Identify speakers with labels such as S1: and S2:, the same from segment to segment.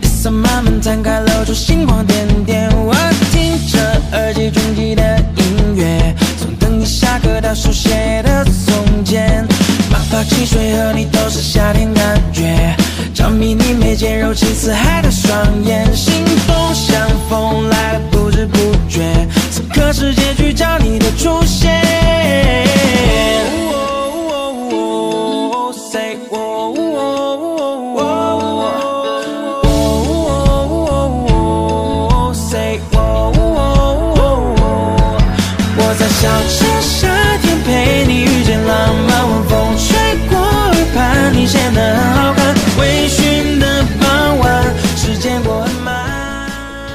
S1: 夜色慢慢摊开，露出星光点点。我听着耳机中记的音乐，从等你下课到手写的从前，冒泡汽水和你都是夏天感觉，着迷你眉间柔情似海的双眼，心动像风来的不知不觉，此刻世界聚焦你的出现。Say oh, oh, oh, oh, oh, say oh, oh, oh, oh. 我在小城夏天陪你遇见浪漫，晚风吹过耳畔，你显得很好看。微醺的傍晚，时间过很慢。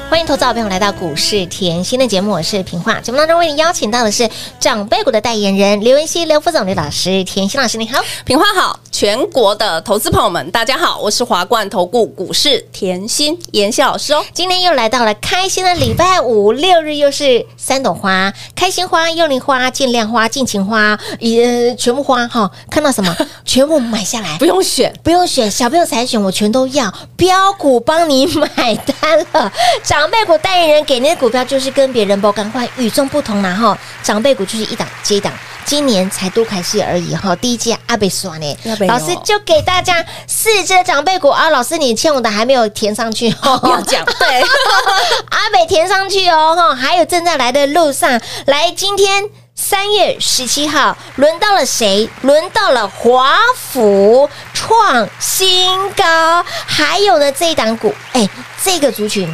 S2: 欢迎投资好朋友来到股市甜心的节目，我是平化。节目当中为你邀请到的是长辈股的代言人刘文熙、刘副总、刘老师、甜心老师，你好。
S3: 平花好，全国的投资朋友们，大家好，我是华冠投顾股市甜心妍希老师哦。
S2: 今天又来到了开心的礼拜五，六日又是三朵花：开心花、幽灵花、见亮花、尽情花，呃，全部花哈、看到什么全部买下来
S3: 不。用选，
S2: 不用选，小朋友才选，我全都要。标股帮你买单了，长辈股代言人给您的股票就是跟别人不赶快与众不同啦哈。长辈股就是一档接一档，今年才都开始而已哈。第一届阿贝刷呢
S3: 阿，贝哦
S2: 老师就给大家四只长辈股啊，老师你欠我的还没有填上去哦，
S3: 不要 讲，对，
S2: 阿北填上去哦，哈，还有正在来的路上。来，今天三月十七号，轮到了谁？轮到了华府创新高，还有呢这一档股，哎，这个族群。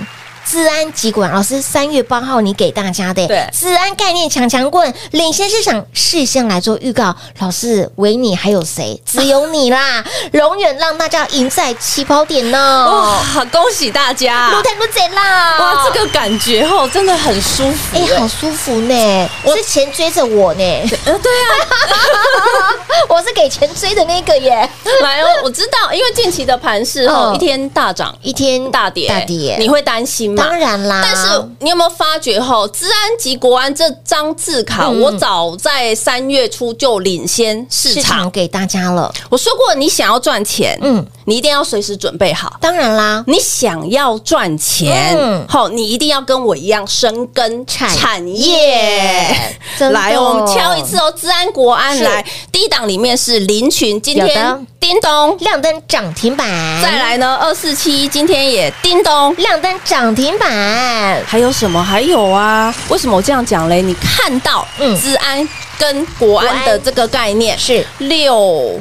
S2: 治安疾管老师三月八号你给大家的
S3: 对
S2: 治安概念强强棍领先市场，事先来做预告。老师，唯你还有谁？只有你 啦！永远让大家赢在起跑点哦 呢！
S3: 哇，恭喜大家！
S2: 撸太撸贼啦！
S3: 哦哇，这个感觉哦，真的很舒服。
S2: 哎、好舒服呢！是钱追着我呢，
S3: 呃，对啊，
S2: 我是给钱追的那个耶。
S3: 来哦，我知道，因为近期的盘势哦，
S2: 嗯
S3: 一天大涨，
S2: 一天
S3: 大跌，啊
S2: 大跌，
S3: 你会担心吗？
S2: 当然啦。
S3: 但是你有没有发觉吼，治安及国安这张字卡，
S2: 嗯
S3: 我早在三月初就领先市
S2: 市
S3: 场
S2: 场。给大家了，
S3: 我说过，你想要赚钱，
S2: 嗯
S3: 嗯，你一定要随时准备好。
S2: 当然啦，
S3: 你想要赚钱
S2: 嗯，
S3: 好、你一定要跟我一样深耕
S2: 产
S3: 业。
S2: 真的
S3: 来、哦，我们挑一次哦，治安国安
S2: 是
S3: 来。第一档里面是林群，今
S2: 有的
S3: 天叮咚，
S2: 亮灯涨停板，
S3: 再来呢二四七，今天也叮咚。
S2: 亮灯涨停板，
S3: 还有什么？还有啊，为什么我这样讲嘞？你看到
S2: 嗯
S3: 治安跟国安
S2: 国
S3: 的
S2: 安
S3: 这个概念
S2: 是
S3: 六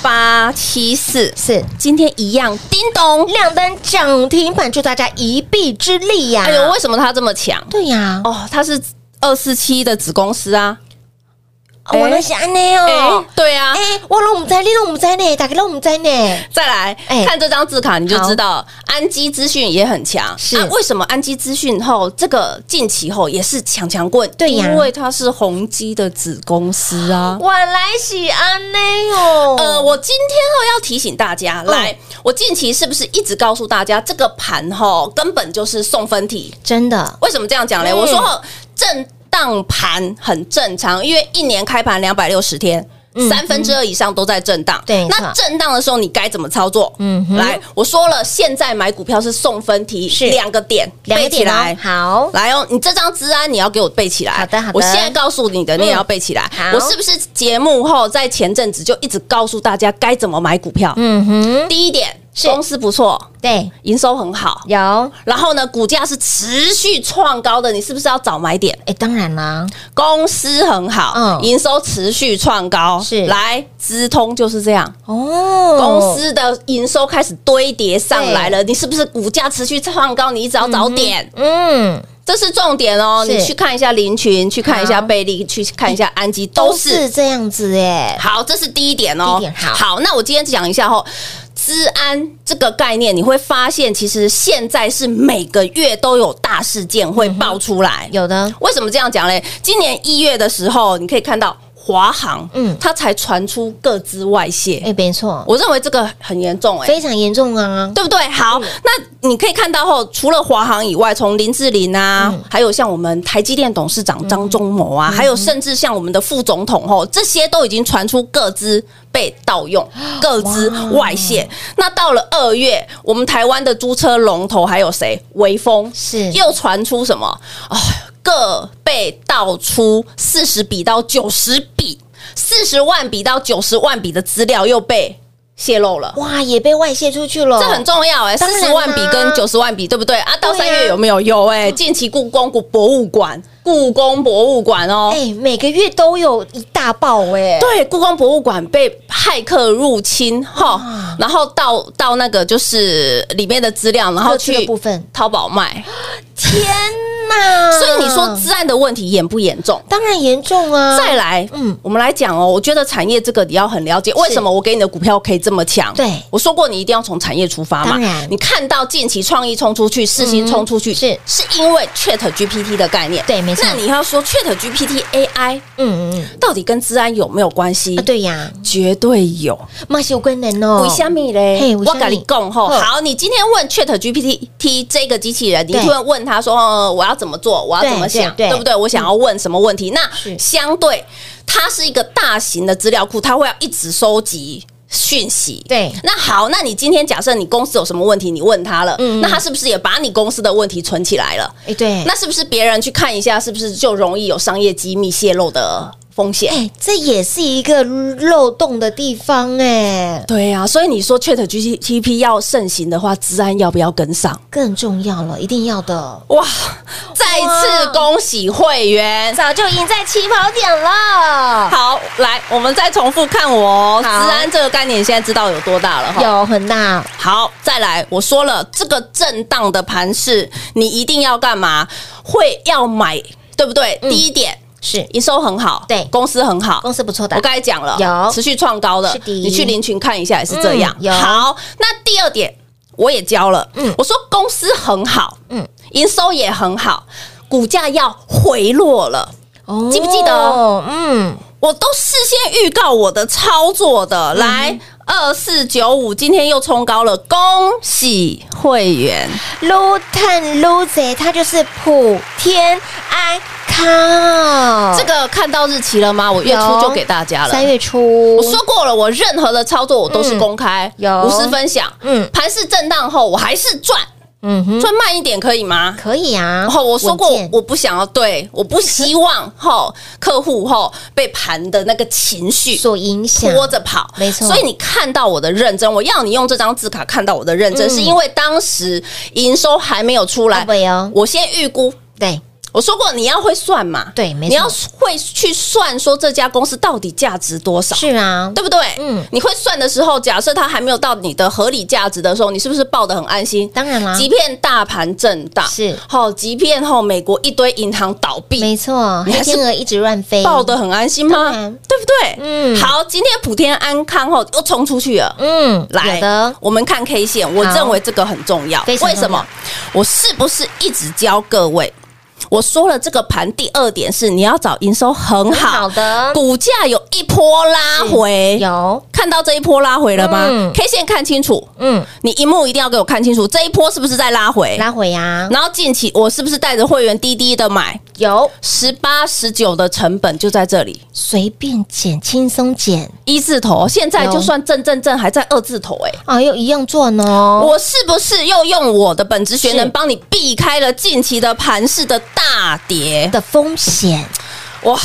S3: 八七四，
S2: 是
S3: 今天一样叮咚。
S2: 亮灯涨停板，助大家一臂之力呀、
S3: 哎呦，为什么它这么强？
S2: 对呀、
S3: 哦，它是二四七的子公司啊。
S2: 哦，我能想安内
S3: 哎、
S2: 哦。
S3: 对啊。
S2: 哎、我拢唔知，你拢唔知呢，大家拢唔知呢。
S3: 再来、
S2: 哎
S3: 看这张字卡，你就知道安基资讯也很强。
S2: 是
S3: 啊、为什么安基资讯后这个近期后也是强强棍？
S2: 对呀
S3: 因为它是宏基的子公司啊。
S2: 我来喜安内哦。
S3: 呃，我今天后要提醒大家，来，我近期是不是一直告诉大家，这个盘吼根本就是送分题？
S2: 真的
S3: 为什么这样讲嘞？
S2: 嗯
S3: 我说吼震荡盘很正常，因为一年开盘两百六十天。
S2: 嗯
S3: 三分之二以上都在震荡，
S2: 对没
S3: 那
S2: 错
S3: 震荡的时候你该怎么操作？
S2: 嗯
S3: 嗯，
S2: 哼
S3: 来，我说了，现在买股票是送分题，
S2: 是
S3: 两个点，
S2: 两个
S3: 背起
S2: 点哦
S3: 来。
S2: 好。
S3: 来哦，你这张资安你要给我背起来。
S2: 好的好的
S3: 我现在告诉你的，你也要背起来。
S2: 嗯好
S3: 我是不是节目后在前阵子就一直告诉大家该怎么买股票？
S2: 嗯哼，
S3: 第一点，公司不错，
S2: 对，
S3: 营收很好，
S2: 有，
S3: 然后呢，股价是持续创高的，你是不是要早买点？
S2: 哎，当然啦，
S3: 公司很好，
S2: 嗯
S3: 营收持续创高，
S2: 是
S3: 来资通就是这样，
S2: 哦，
S3: 公司的营收开始堆叠上来了，你是不是股价持续创高？你只要早点，
S2: 嗯，
S3: 这是重点哦。
S2: 是
S3: 你去看一下林群，去看一下
S2: 好
S3: 贝利，去看一下安吉，都
S2: 都
S3: 是
S2: 是这样子哎，
S3: 好，这是第一点哦。
S2: 第一点好
S3: 那我今天讲一下哦，治资安这个概念，你会发现其实现在是每个月都有大事件会爆出来。
S2: 有的
S3: 为什么这样讲嘞？今年一月的时候，你可以看到华航，
S2: 嗯
S3: 嗯，它才传出各资外泄。
S2: 哎，没错，
S3: 我认为这个很严重、哎，
S2: 非常严重啊，
S3: 对不对？好，那你可以看到后，除了华航以外，从林志玲啊，
S2: 嗯
S3: 还有像我们台积电董事长张忠谋啊，还有甚至像我们的副总统吼，这些都已经传出各资被盗用、 各资外泄。那到了二月，我们台湾的租车龙头还有谁？微风
S2: 是
S3: 又传出什么？哦，各被盗出四十笔到九十笔，四十万笔到九十万笔的资料又被泄露了。
S2: 哇，也被外泄出去了，
S3: 这很重要哎、
S2: 哦当
S3: 四
S2: 然
S3: 十万笔
S2: 啦
S3: 跟九十万笔，对不对啊？到
S2: 对啊嗯
S3: 三月有没有？有哎、近期故宫古博物馆，故宫博物馆哦。
S2: 哎，每个月都有一大爆哎，
S3: 对，故宫博物馆被骇客入侵，
S2: 啊
S3: 哈，然后到到那个就是里面的资料，然后
S2: 各自的
S3: 去
S2: 部分嗯
S3: 淘宝卖，
S2: 天哪！
S3: 所以你说治安的问题严不严重？
S2: 当然严重啊，
S3: 再来，
S2: 嗯
S3: 嗯，我们来讲哦，我觉得产业这个你要很了解，为什么我给你的股票可以这么强？
S2: 对
S3: 我说过你一定要从产业出发嘛
S2: 当然。嗯
S3: 你看到近期创意冲出去，四星冲出去，
S2: 是
S3: 是因为 Chat GPT 的概念。
S2: 对没错
S3: 那你要说 Chat GPT AI
S2: 嗯嗯
S3: 到底跟治安有没有关系？
S2: 嗯，啊，对呀，
S3: 绝对有。
S2: 嘛是有关联哦，
S3: 为什么
S2: 嘿
S3: 嘞？
S2: 为什么
S3: 我跟你讲吼，
S2: 嗯
S3: 好，你今天问 Chat GPT 这个机器人，你
S2: 对
S3: 突然问他说，呃我要怎么做，我要怎么
S2: 对
S3: 想，
S2: 对对
S3: 对不对？我想要问什么问题？
S2: 是
S3: 那相对它是一个大型的资料库，它会要一直收集。讯息
S2: 对
S3: 那好，那你今天假设你公司有什么问题，你问他了，
S2: 嗯嗯
S3: 那他是不是也把你公司的问题存起来了？
S2: 哎，对，
S3: 那是不是别人去看一下，是不是就容易有商业机密泄露的风险？
S2: 哎，这也是一个漏洞的地方哎，
S3: 对呀、所以你说 Chat GTP 要盛行的话，治安要不要跟上？
S2: 更重要了，一定要的，
S3: 哇！再次恭喜会员。
S2: 早就赢在起跑点了，
S3: 好，来，我们再重复看我哦治
S2: 好
S3: 安这个概念，现在知道有多大了哈。
S2: 有很大，
S3: 好，再来，我说了，这个震荡的盘势，你一定要干嘛？会要买，对不对？第一点，
S2: 是
S3: 营收很好，
S2: 对
S3: 公司很好，
S2: 公司不错的
S3: 我，刚才讲了，
S2: 有
S3: 持续创高的
S2: 是，的
S3: 你去林群看一下也是这样。
S2: 嗯有
S3: 好，那第二点我也教了，
S2: 嗯
S3: 我说公司很好，
S2: 嗯
S3: 嗯，营收也很好，股价要回落了。
S2: 哦
S3: 记不记得？
S2: 嗯，
S3: 我都事先预告我的操作的，来二四九五，今天又冲高了，恭喜会员！
S2: 撸探撸贼，它就是普天安康，
S3: 这个看到日期了吗？我月初就给大家了，
S2: 三月初，
S3: 我说过了，我任何的操作我都是公开，
S2: 嗯有
S3: 无私分享。
S2: 嗯
S3: 嗯，盘市震荡后，我还是赚，
S2: 嗯哼，
S3: 赚慢一点可以吗？
S2: 可以啊，
S3: 然后哦我说过
S2: 稳健，
S3: 我不想要对，我不希望吼客户吼被盘的那个情绪
S2: 所影响，
S3: 拖着跑，
S2: 没错
S3: 所以你看到我的认真，我要你用这张字卡看到我的认真，
S2: 嗯
S3: 是因为当时营收还没有出来
S2: 对哦，
S3: 我先预估
S2: 对，
S3: 我说过，你要会算嘛，
S2: 对没错
S3: 你要会去算说这家公司到底价值多少，
S2: 是啊，
S3: 对不对？
S2: 嗯
S3: 嗯，你会算的时候，假设它还没有到你的合理价值的时候，你是不是抱得很安心？
S2: 当然啦
S3: 即便大盘震荡，
S2: 是
S3: 好，即便后美国一堆银行倒闭，
S2: 没错，
S3: 你
S2: 黑
S3: 还是
S2: 天鹅一直乱飞，
S3: 抱得很安心
S2: 当
S3: 吗
S2: 然？
S3: 对不对？
S2: 嗯
S3: 嗯，好，今天普天安康后又冲出去了。
S2: 嗯，
S3: 来，
S2: 有的，
S3: 我们看 K 线，我
S2: 好
S3: 认为这个很重要。
S2: 非常重
S3: 为
S2: 要
S3: 什么？我是不是一直教各位？我说了，这个盘第二点是你要找营收很
S2: 很好
S3: 好
S2: 的
S3: 股价有一波拉回，
S2: 有，
S3: 看到这一波拉回了吗、
S2: 嗯
S3: k 线看清楚，
S2: 嗯，
S3: 你一幕一定要给我看清楚，这一波是不是在拉回？
S2: 拉回呀，
S3: 然后近期我是不是带着会员滴滴的买
S2: 有，
S3: 十八、十九的成本就在这里
S2: 随便捡，轻松捡，
S3: 一字头，现在
S2: 有
S3: 就算正正正还在二字头哎、
S2: 啊，又一样赚哦，
S3: 我是不是又用我的本职学
S2: 是
S3: 能帮你避开了近期的盘势的大跌？
S2: 的风险
S3: 哇，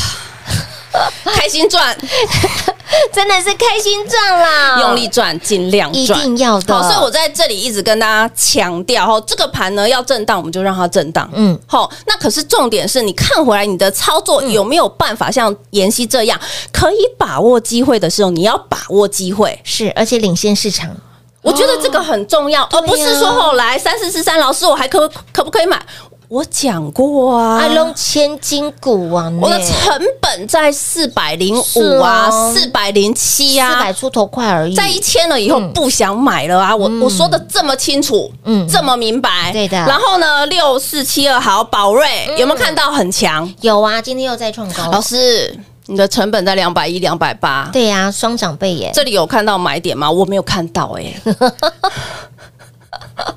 S3: 开心赚，
S2: 真的是开心赚啦，
S3: 用力赚，尽量
S2: 一
S3: 赚。
S2: 定要的，
S3: 好，所以我在这里一直跟大家强调，哦，这个盘呢要震荡，我们就让它震荡。
S2: 嗯
S3: 嗯，好，那可是重点是你看回来你的操作有没有办法像妍希这样，可以把握机会的时候，你要把握机会。
S2: 是，而且领先市场，哦啊
S3: 我觉得这个很重要，而不是说后来三四四三老师我还可可不可以买？我讲过啊，
S2: 爱弄千金股王呢，
S3: 我的成本在四百零
S2: 是
S3: 五啊
S2: 哦，
S3: 四百零七
S2: 四
S3: 啊
S2: 百，出头块而已，
S3: 在一千了以后不想买了啊！我我说的这么清楚，
S2: 嗯
S3: 嗯，这么明白，
S2: 对的嗯
S3: 然后呢，六四七二好，宝瑞有没有看到很强？
S2: 有啊，今天又再创高
S3: 老
S2: 了，
S3: 师，你的成本在两百一、两百八，
S2: 对呀、双长辈耶，
S3: 这里有看到买点吗？我没有看到 哎、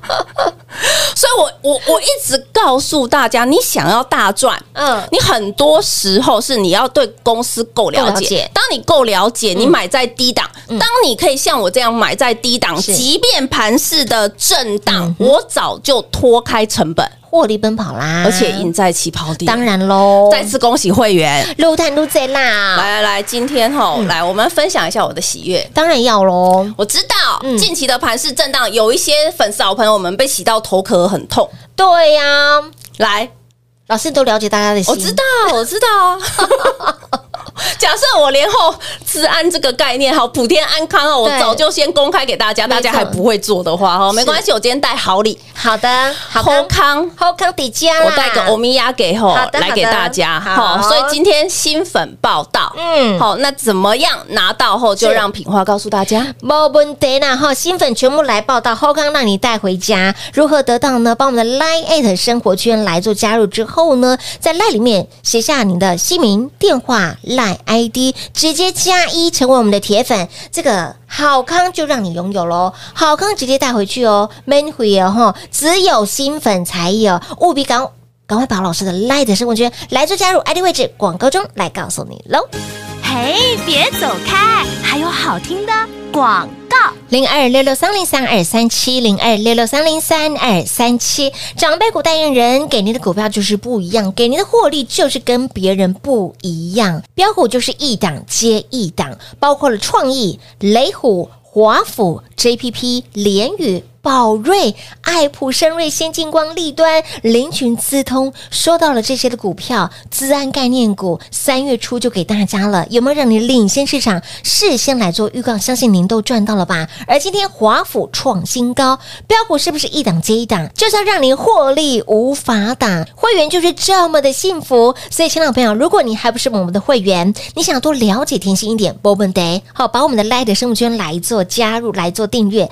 S3: 所以我我我一直告诉大家，你想要大赚，
S2: 嗯，
S3: 你很多时候是你要对公司够了
S2: 够了
S3: 解。
S2: 解嗯
S3: 当你够了解，你买在低档，当你可以像我这样买在低档，
S2: 是
S3: 即便盘势的震
S2: 嗯
S3: 荡，我早就脱开成本，
S2: 获利奔跑啦，
S3: 而且赢在起跑点。
S2: 嗯当，然喽，
S3: 再次恭喜会员！
S2: 肉探都在
S3: 来
S2: 啦，
S3: 来来，今天吼，
S2: 嗯
S3: 来我们分享一下我的喜悦。
S2: 当然要喽，
S3: 我知道
S2: 嗯
S3: 近期的盘势震荡，有一些粉丝好朋友们被洗到头壳很痛。
S2: 对呀、
S3: 来，
S2: 老师都了解大家的心，
S3: 我知道，我知道 啊。假设我连后治安这个概念，好普天安康哦，我
S2: 对
S3: 早就先公开给大家，
S2: 没错
S3: 大家还不会做的话哦，没关系，我今天带好礼，
S2: 好的，好
S3: 后
S2: 康，
S3: 康。
S2: 好康底加啦，
S3: 我带个欧米亚给吼
S2: 好的
S3: 来给大家
S2: 好
S3: 好，
S2: 的
S3: 所以今天新粉报道，
S2: 嗯
S3: 嗯，好，那怎么样拿到后就是让品花告诉大 家，
S2: 没问题啦哈，新粉全部来报道，后康让你带回家，如何得到呢？帮我们的 Line at 生活圈来做加入之后呢，在 Line 里面写下你的姓名、电话、Line ID，直接加一成为我们的铁粉，这个好康就让你拥有喽，好康直接带回去哦，man 回哦哈，只有新粉才有，务必赶赶快把老师的 Line 的生活圈来做加入 ID 位置，广告中来告诉你喽。
S4: 嘿，别走开，还有好听的广告。
S2: 零二六六三零三二三七零二六六三零三二三七，长辈股代言人给您的股票就是不一样，给您的获利就是跟别人不一样，标股就是一档接一档，包括了创意、雷虎、华府、JPP、联宇。宝瑞、爱普、深瑞、先进光、立端、林群、资通，说到了这些的股票，资安概念股三月初就给大家了，有没有让你领先市场，事先来做预告？相信您都赚到了吧？而今天华府创新高，标股是不是一档接一档，就是要让您获利无法挡？会员就是这么的幸福，所以，亲爱的朋友，如果你还不是我们的会员，你想多了解甜心一点 b o b n Day，好，把我们的 Light 生物圈来做加入，来做订阅。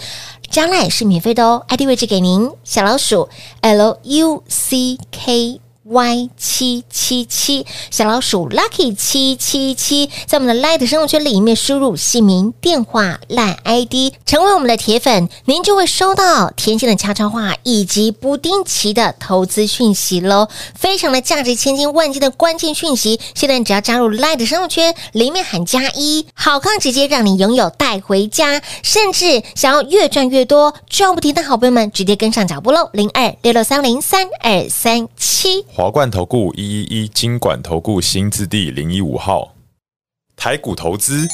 S2: 加赖是免费的哦，ID 位置给您，小老鼠 L U C K。Y 七七七小老鼠 Lucky 七七七，在我们的 Light 生活圈里面输入姓名、电话、Line ID，成为我们的铁粉，您就会收到甜心的悄悄话以及不定期的投资讯息喽，非常的价值千金万金的关键讯息。现在只要加入 Light 生活圈，里面喊加一，好康直接让你拥有带回家，甚至想要越赚越多、赚不停的好朋友们，直接跟上脚步喽，零二六六三零三二三七。
S5: 华冠投顾一一一金管投顾新字第零一五号，台股投资，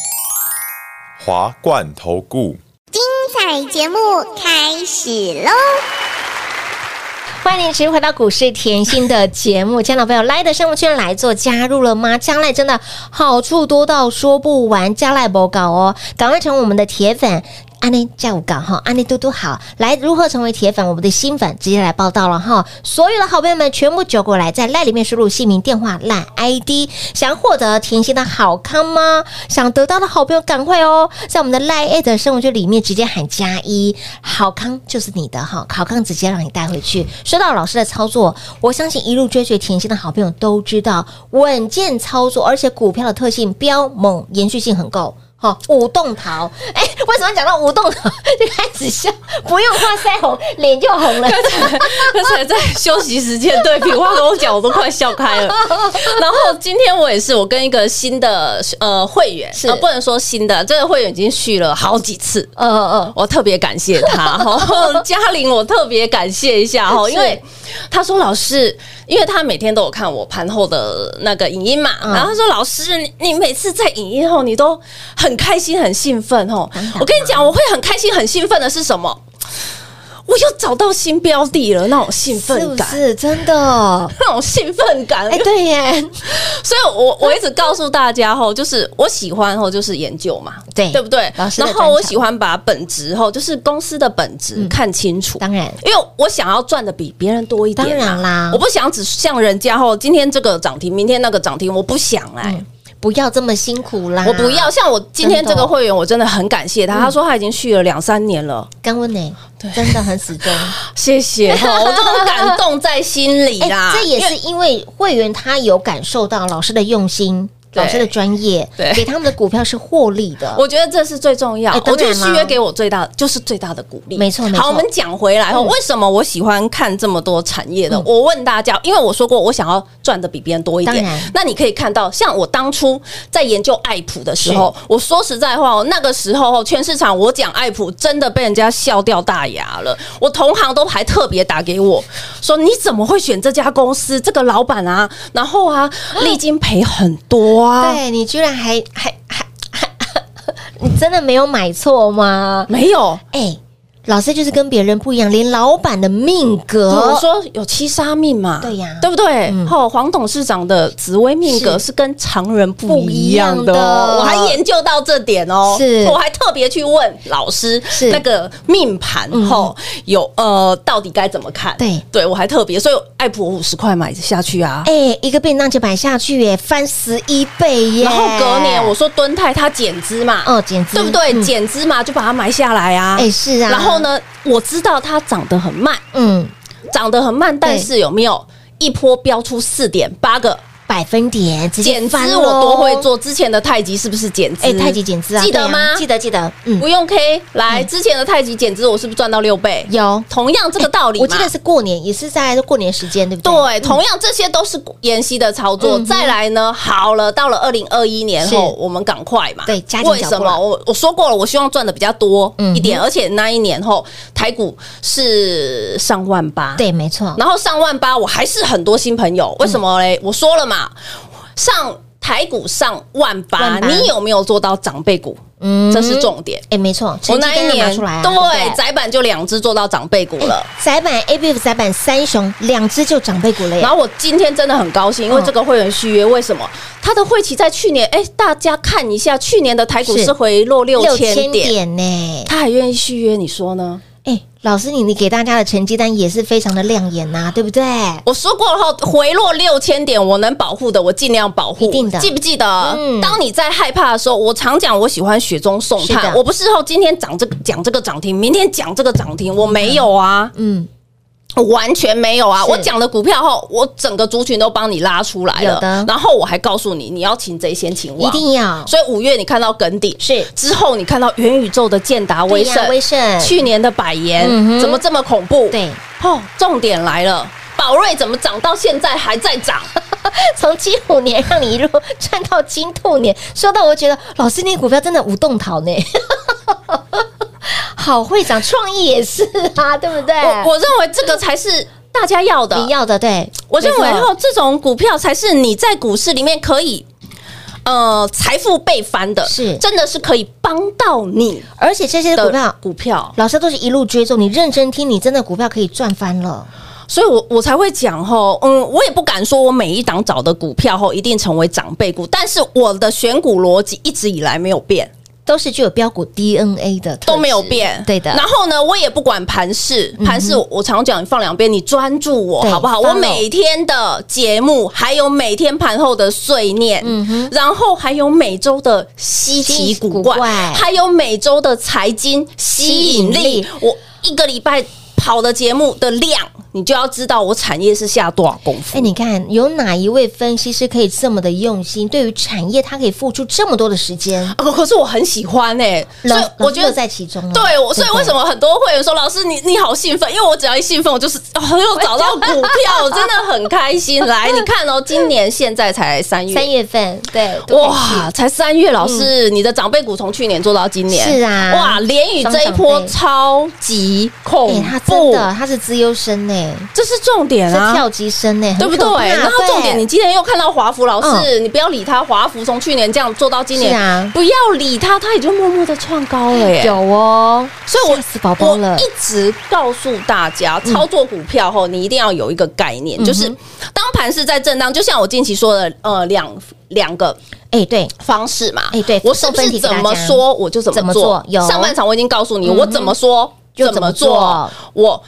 S5: 华冠投顾。
S6: 彩节目开始喽！
S2: 欢迎您持续回到股市甜心的节目，亲爱的朋友，来的生活圈来做加入了吗？加赖真的好处多到说不完，加赖不搞哦，赶快成为我们的铁粉。安利加五搞哈，安利嘟嘟好，来如何成为铁粉？我们的新粉直接来报道了哈！所有的好朋友们全部揪过来，在赖里面输入姓名、电话、赖 ID，想获得甜心的好康吗？想得到的好朋友赶快哦，在我们的赖 A 的生活圈里面直接喊加一，好康就是你的哈，好康直接让你带回去。说到老师的操作，我相信一路追随甜心的好朋友都知道，稳健操作，而且股票的特性标猛，延续性很够。好、舞动桃，哎、为什么讲到舞动桃就开始笑？不用画腮红，脸就红了。
S3: 刚才在休息时间，对平花跟我讲，我都快笑开了。 然后今天我也是，我跟一个新的呃会员，
S2: 是
S3: 呃不能说新的，这个会员已经续了好几次。
S2: 嗯嗯嗯，
S3: 我特别感谢 他，哈，嘉玲，我特别感谢一下哈，
S2: 是
S3: 因为他说老师，因为他每天都有看我盘后的那个影音嘛，
S2: 嗯
S3: 然后他说老师，你你每次在影音后，你都很开心很兴奋哦
S2: 真的吗，
S3: 我跟你讲，我会很开心很兴奋的是什么？我又找到新标的了，那种兴
S2: 是
S3: 奋
S2: 不
S3: 感，
S2: 是真的哦？
S3: 那种兴奋感。
S2: 哎，对耶，
S3: 所以我我一直告诉大家吼，就是我喜欢吼就是研究嘛，
S2: 对
S3: 对不对？
S2: 老师的专
S3: 然后我
S2: 长
S3: 喜欢把本质吼，就是公司的本
S2: 嗯
S3: 质看清楚。
S2: 当然
S3: 因为我想要赚的比别人多一点、
S2: 当然啦
S3: 我不想只像人家吼，今天这个涨停，明天那个涨停，我不想哎、
S2: 不要这么辛苦啦，
S3: 我不要像我今天这
S2: 真的哦
S3: 个会员，我真的很感谢他。他说他已经续了两三年了，
S2: 干温呢，真的很始 终。
S3: 谢谢哈，我这种感动在心里啦。
S2: 哎这也
S3: 因为
S2: 是因为会员他有感受到老师的用心，
S3: 对
S2: 老师的专业，
S3: 对
S2: 给他们的股票是获利的。
S3: 我觉得这是最重要
S2: 哎。
S3: 我
S2: 当
S3: 觉
S2: 然
S3: 得
S2: 啦
S3: 续约给我最大就是最大的鼓励。
S2: 没错没错
S3: 好，我们讲回来哦，
S2: 嗯
S3: 为什么我喜欢看这么多产业的？
S2: 嗯
S3: 我问大家，因为我说过我想要赚的比别人多一
S2: 当
S3: 点
S2: 然。
S3: 那你可以看到，像我当初在研究爱普的时候，我说实在话哦，那个时候哦，全市场我讲爱普真的被人家笑掉大牙了。我同行都还特别打给我说，你怎么会选这家公司？这个老板啊，然后啊，历经赔很多啊。
S2: 对你居然还还还还， 你真的没有买错吗？
S3: 没有，
S2: 哎，老师就是跟别人不一样，连老板的命格，
S3: 我说有七杀命嘛，
S2: 哦对呀
S3: 对不对
S2: 嗯？
S3: 后黄董事长的紫薇命格
S2: 是
S3: 是跟常人不一样的
S2: 不一样的
S3: 哦，我还研究到这点哦，
S2: 是
S3: 我还特别去问老师
S2: 是嗯
S3: 那个命盘后有呃到底该怎么看？
S2: 对，
S3: 对我还特别，所以爱普五十块买下去啊。
S2: 哎，一个便当就买下去耶，翻十一倍耶。
S3: 然后隔年我说敦泰它减资嘛，
S2: 哦，简直
S3: 对不对？
S2: 嗯
S3: 减资嘛，就把它买下来啊。
S2: 哎，是啊。
S3: 然后？呢，我知道它涨得很慢，
S2: 嗯，
S3: 涨得很慢，但是有没有一波飙出四点八个？
S2: 百分点直接
S3: 减资
S2: 翻
S3: 我
S2: 咯
S3: 多会。做，之前的太极是不是减资？
S2: 哎，太极减资啊，
S3: 记得
S2: 对啊
S3: 吗？
S2: 记得记得，嗯
S3: 不，用 K 来，之前的太极减资我是不是赚到六倍？
S2: 有哎
S3: 同样这个道理嘛，
S2: 我记得是过年，也是在过年时间，对不对？
S3: 对，同样这些都是妍希的操
S2: 嗯
S3: 作。
S2: 哼
S3: 再来呢，好了，到了二零二一年后
S2: 是，
S3: 我们赶快嘛。
S2: 对加紧
S3: 为
S2: 脚
S3: 什
S2: 步
S3: 么？
S2: 了
S3: 我我说过了，我希望赚的比较多
S2: 嗯哼
S3: 一点，而且那一年后台股是上万八，
S2: 对，没错。
S3: 然后上万八，我还是很多新朋友，为什么
S2: 嗯
S3: 嘞？我说了嘛，上台股上万八，
S2: 万八
S3: 你有没有做到长辈股？
S2: 嗯
S3: 这是重点。
S2: 哎，没错，
S3: 我
S2: 成绩
S3: 那
S2: 单要
S3: 一
S2: 拿
S3: 年
S2: 出来啊，不
S3: 对窄板就两只做到长辈股了。
S2: 窄板 A B F 窄板三雄两只就长辈股了耶
S3: 然，后我今天真的很高兴，因为
S2: 嗯
S3: 这个会员续约，为什么？他的会期在去年，哎，大家看一下，去年的台股
S2: 是
S3: 是回落六千点，
S2: 点呢。
S3: 他还愿意续约，你说呢？
S2: 哎，老师，你你给大家的成绩单也是非常的亮眼呐，对不对？
S3: 我说过后，回落六千点，我能保护的，我尽量保护。
S2: 一定的
S3: 记不记得？
S2: 嗯
S3: 当你在害怕的时候，我常讲，我喜欢雪中送
S2: 是
S3: 炭。
S2: 的
S3: 我不是后今天讲这个讲这个涨停，明天讲这个涨停，我没有啊，
S2: 嗯，
S3: 我完全没有啊。
S2: 是
S3: 我讲的股票后，我整个族群都帮你拉出来
S2: 有
S3: 了
S2: 的。
S3: 然后我还告诉你，你要擒贼先擒
S2: 一
S3: 王。
S2: 定要
S3: 所以五月你看到梗顶
S2: 是
S3: 之后，你看到元宇宙的建达
S2: 对
S3: 威
S2: 呀
S3: 盛，
S2: 威盛
S3: 去年的百言、
S2: 嗯哼
S3: 怎么这么恐怖？
S2: 对，
S3: 哦，重点来了，宝瑞怎么涨到现在还在涨？
S2: 从金虎年让你一路赚到金兔年， 说到我觉得老师，那股票真的无动桃呢， 好会长，创意也是啊，对 不对？
S3: 我我认为这个才是大家要的
S2: 你。要的对，
S3: 我认为
S2: 没错
S3: 哦，这种股票才是你在股市里面可以。呃，财富倍翻的，
S2: 是
S3: 真的是可以帮到你
S2: 而且这些
S3: 的
S2: 股票
S3: 股票，
S2: 老师都是一路追踪，你认真听，你真的股票可以赚翻了。
S3: 所以我我才会讲吼，嗯，我也不敢说我每一档找的股票吼一定成为长辈股，但是我的选股逻辑一直以来没有变，
S2: 都是具有标股 DNA 的特质，
S3: 都没有变，
S2: 对的嗯
S3: 然，后呢，我也不管盘势，盘势我我常讲，你放两边，你专注我
S2: 对
S3: 好不好？
S2: follow
S3: 我每天的节目，还有每天盘后的碎念，
S2: 嗯
S3: 然后还有每周的稀奇古怪
S2: 稀奇古怪，
S3: 还有每周的财经吸
S2: 吸引
S3: 引力
S2: 力，
S3: 我一个礼拜跑的节目的量，你就要知道我产业是下多少功夫
S2: 哎，。你看有哪一位分析师可以这么的用心？对于产业，他可以付出这么多的时间，
S3: 哦，可是我很喜欢哎、所
S2: 老
S3: 以我觉
S2: 老师
S3: 得
S2: 乐在其中啊。
S3: 对，我所以
S2: 不
S3: 为什么很多会员说老师你你好兴奋？因为我只要一兴奋，我就是哦又找到股票，我真的很开心。 来，你看哦，今年现在才三月，
S2: 三月份？对，都可以去
S3: 哇，才三月，老师，你的长辈股从去年做到今年，
S2: 是啊
S3: 哇，联宇这一波
S2: 双长辈
S3: 超级恐
S2: 哎，他
S3: 步
S2: 真，的，他是资优生呢，
S3: 这是重点
S2: 是
S3: 啊，
S2: 跳级生呢，很
S3: 对不对嗯
S2: 可怕？
S3: 然后重点，你今天又看到华福老师，你不要理他。华福从去年这样做到今
S2: 是
S3: 年，
S2: 啊
S3: 不要理他，他也就默默的创高了耶。
S2: 有哦，
S3: 所以我
S2: 吓死宝宝
S3: 我
S2: 了嗯
S3: 一直告诉大家，操作股票后，你一定要有一个概念，就是当盘是在震荡，就像我近期说的，呃，两两个
S2: 哎，对，
S3: 方式嘛。
S2: 哎对
S3: 我是不
S2: 送分
S3: 是
S2: 题给
S3: 怎
S2: 大家
S3: 么说我就怎
S2: 怎么
S3: 么
S2: 做
S3: 做？
S2: 有
S3: 上半场我已经告诉你，
S2: 嗯哼
S3: 我怎么说
S2: 就怎么做
S3: 我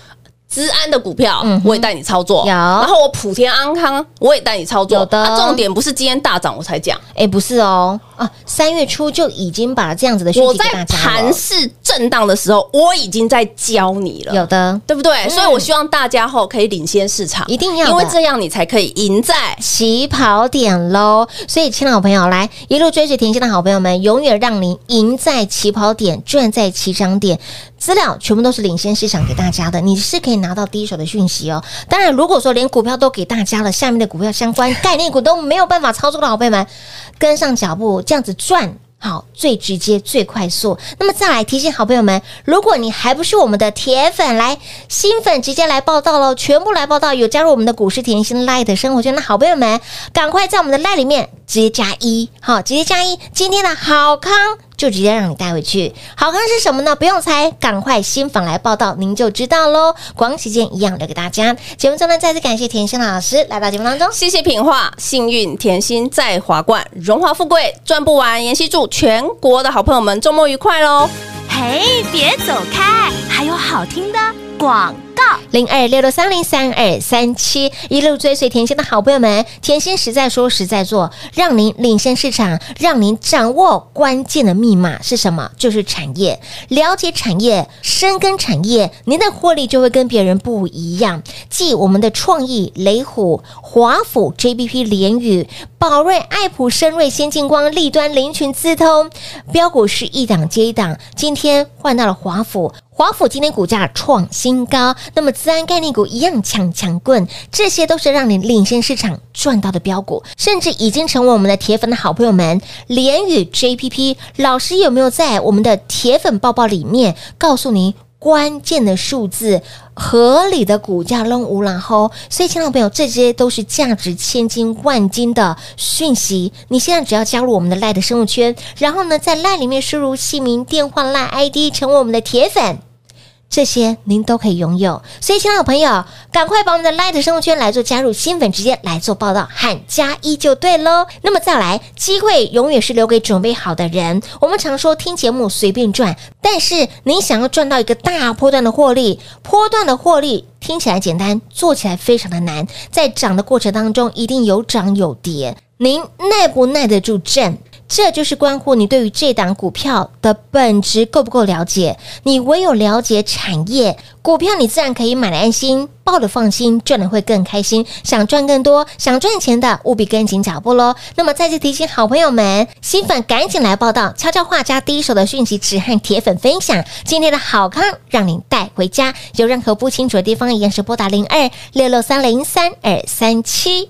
S3: 资安的股票
S2: 嗯哼
S3: 我也带你操作，
S2: 有
S3: 然后我普天安康我也带你操作。
S2: 有的
S3: 啊重点不是今天大涨我才讲，
S2: 哎，不是哦，啊，三月初就已经把这样子的讯
S3: 我
S2: 息给大
S3: 在
S2: 家了
S3: 盘市震荡的时候，我已经在教你了。
S2: 有的
S3: 对不对？所以我希望大家后可以领先市场，
S2: 嗯一定要的
S3: 因为这样你才可以赢在
S2: 起跑点喽。所以，亲老朋友，来一路追随甜心的好朋友们，永远让您赢在起跑点，赚在起涨点。资料全部都是领先市场给大家的，你是可以拿到第一手的讯息哦。当然，如果说连股票都给大家了，下面的股票相关概念股都没有办法操作的好朋友们，跟上脚步，这样子赚。好，最直接、最快速。那么再来提醒好朋友们，如果你还不是我们的铁粉，来新粉直接来报道喽，全部来报道。有加入我们的股市甜心 Lie 的生活圈的好朋友们，赶快在我们的 Lie 里面直接加一，好，直接加一。今天的好康就直接让你带回去。好康是什么呢？不用猜，赶快新粉来报道，您就知道喽。广喜间一样留给大家。节目中呢，再次感谢甜心老师来到节目当中。
S3: 谢谢品画、幸运、甜心在华冠、荣华富贵赚不完。妍希祝全国的好朋友们周末愉快喽！
S4: 嘿，别走开，还有好听的广告。
S2: 零二六六三零三二三七，一路追随甜心的好朋友们，甜心实在说实在做，让您领先市场，让您掌握关键的密码是什么？就是产业，了解产业，深耕产业，您的获利就会跟别人不一样。继我们的创意、雷虎、华府、JBP、联宇、宝瑞、爱普、深瑞、先进光、立端、林群、资通，标股是一档接一档，今天换到了华府。华府今天股价创新高，那么资安概念股一样抢抢棍，这些都是让你领先市场赚到的标股，甚至已经成为我们的铁粉的好朋友们。联宇 JPP 老师有没有在我们的铁粉抱抱里面告诉您关键的数字？合理的股价扔无然后，所以，亲爱的朋友，这些都是价值千金万金的讯息。你现在只要加入我们的赖的生物圈，然后呢，在赖里面输入姓名、电话、赖 ID，成为我们的铁粉。这些您都可以拥有，所以，亲爱的朋友，赶快把我们的 Light 生物圈来做加入，新粉直接来做报道，喊加一就对喽。那么再来，机会永远是留给准备好的人。我们常说听节目随便赚，但是您想要赚到一个大波段的获利，波段的获利听起来简单，做起来非常的难，在涨的过程当中一定有涨有跌，您耐不耐得住震？这就是关乎你对于这档股票的本质够不够了解。你唯有了解产业股票，你自然可以买的安心，抱的放心，赚的会更开心。想赚更多，想赚钱的，务必跟紧脚步喽。那么再次提醒好朋友们，新粉赶紧来报道，悄悄话加第一手的讯息，只和铁粉分享。今天的好康让您带回家，有任何不清楚的地方，一样是拨打零二六六三零三二三七。